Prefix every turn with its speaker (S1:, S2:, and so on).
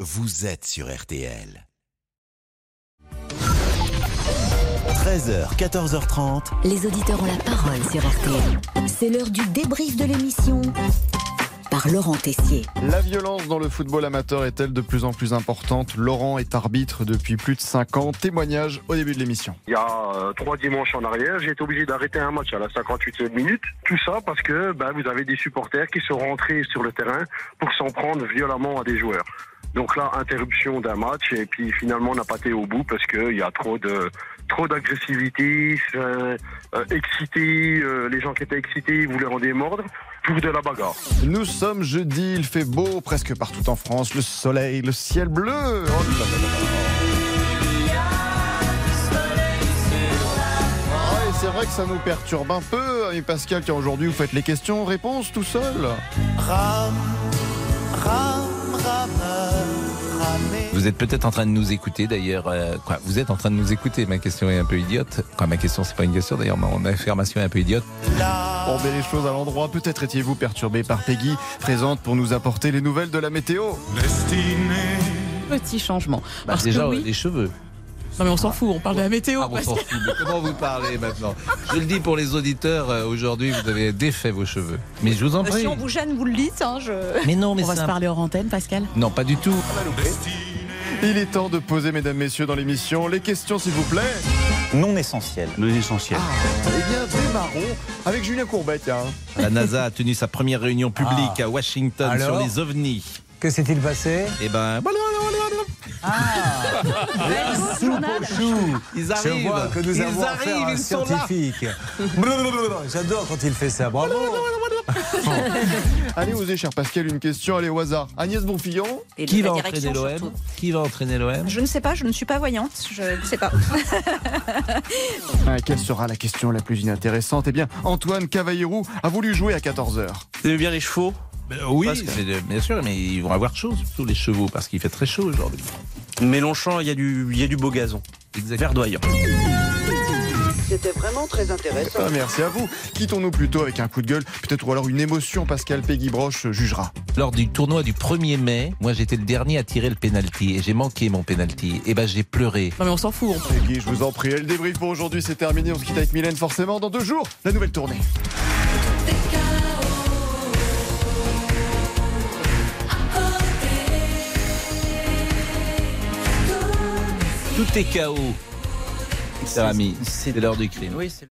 S1: vous êtes sur RTL. 13h, 14h30.
S2: Les auditeurs ont la parole sur RTL. C'est l'heure du débrief de l'émission par Laurent Tessier.
S3: La violence dans le football amateur est-elle de plus en plus importante Laurent est arbitre depuis plus de 5 ans. Témoignage au début de l'émission.
S4: Il y a euh, trois dimanches en arrière, j'ai été obligé d'arrêter un match à la 58e minute. Tout ça parce que ben, vous avez des supporters qui sont rentrés sur le terrain pour s'en prendre violemment à des joueurs. Donc là, interruption d'un match et puis finalement on n'a pas été au bout parce qu'il y a trop de trop d'agressivité, euh, euh, excité, euh, les gens qui étaient excités voulaient en démordre pour de la bagarre.
S3: Nous sommes jeudi, il fait beau presque partout en France, le soleil, le ciel bleu. Ah, Oh là là là là. Ah, et C'est vrai que ça nous perturbe un peu, et Pascal, car aujourd'hui vous faites les questions, réponses tout seul.
S5: Vous êtes peut-être en train de nous écouter d'ailleurs. euh, quoi, vous êtes en train de nous écouter. Ma question est un peu idiote. Quoi, ma question, c'est pas une question d'ailleurs. Mon affirmation est un peu idiote. Bah,
S3: On met les choses à l'endroit. Peut-être étiez-vous perturbé par Peggy, présente pour nous apporter les nouvelles de la météo.
S6: Petit changement.
S5: Bah,
S6: Parce que
S5: déjà,
S6: oui-
S5: les cheveux.
S6: Non mais on s'en fout, on parle de la météo.
S5: Ah, bon
S6: parce-
S5: sang fou, mais comment vous parlez maintenant Je le dis pour les auditeurs. euh, Aujourd'hui, vous avez défait vos cheveux. Mais je vous en prie.
S7: Si on vous gêne, vous le dites. Hein, je...
S5: Mais non, mais
S6: On va
S5: c'est
S6: se
S5: un-
S6: parler hors antenne, Pascal.
S5: Non, pas du tout.
S3: Il est temps de poser, mesdames, messieurs, dans l'émission les questions, s'il vous plaît.
S8: non essentiel. Non essentiel.
S3: Eh bien, démarrons avec Julien Courbet, tiens.
S9: La NASA a tenu sa première réunion publique à Washington
S8: Alors
S9: sur les ovnis.
S8: Que s'est-il passé
S5: Eh
S9: Et ben, voilà, voilà, voilà, voilà.
S8: Chou,
S9: ils
S8: je
S9: arrivent.
S8: vois que nous
S9: ils
S8: avons
S9: arrivent,
S8: affaire à un
S9: ils sont là.
S8: scientifique. Blablabla, J'adore quand il fait ça, bravo.
S3: Allez, osez, cher Pascal, une question, allez, au hasard. Agnès Bonfillon
S7: Et
S5: Qui
S7: la
S5: va
S7: direction,
S5: entraîner l'OM
S7: surtout.
S5: Qui va entraîner l'OM
S7: Je ne sais pas, je ne suis pas voyante. Je ne sais pas.
S3: Ah, Quelle sera la question la plus inintéressante Eh bien, Antoine Cavaillerou a voulu jouer à 14h.
S8: Vous aimez bien les chevaux
S5: Euh, Oui,
S8: Parce que-
S5: c'est de- bien sûr, mais ils vont avoir chaud, surtout les chevaux, parce qu'il fait très chaud aujourd'hui.
S8: Mélenchon, il y, a du- il y a du beau gazon. Verdoyant.
S3: Ah, merci à vous. Quittons-nous plutôt avec un coup de gueule, peut-être ou alors une émotion. Pascal Peggy Broche jugera.
S5: Lors du tournoi du 1er mai, moi j'étais le dernier à tirer le penalty et j'ai manqué mon penalty. Et ben j'ai pleuré.
S6: Non mais on s'en fout. on-
S3: Peggy, je vous en prie, le débrief pour aujourd'hui, c'est terminé. On se quitte avec Mylène, forcément, dans deux jours, la nouvelle tournée.
S5: Tout est KO, cher ami. C'est l'heure du crime.
S8: Oui, c'est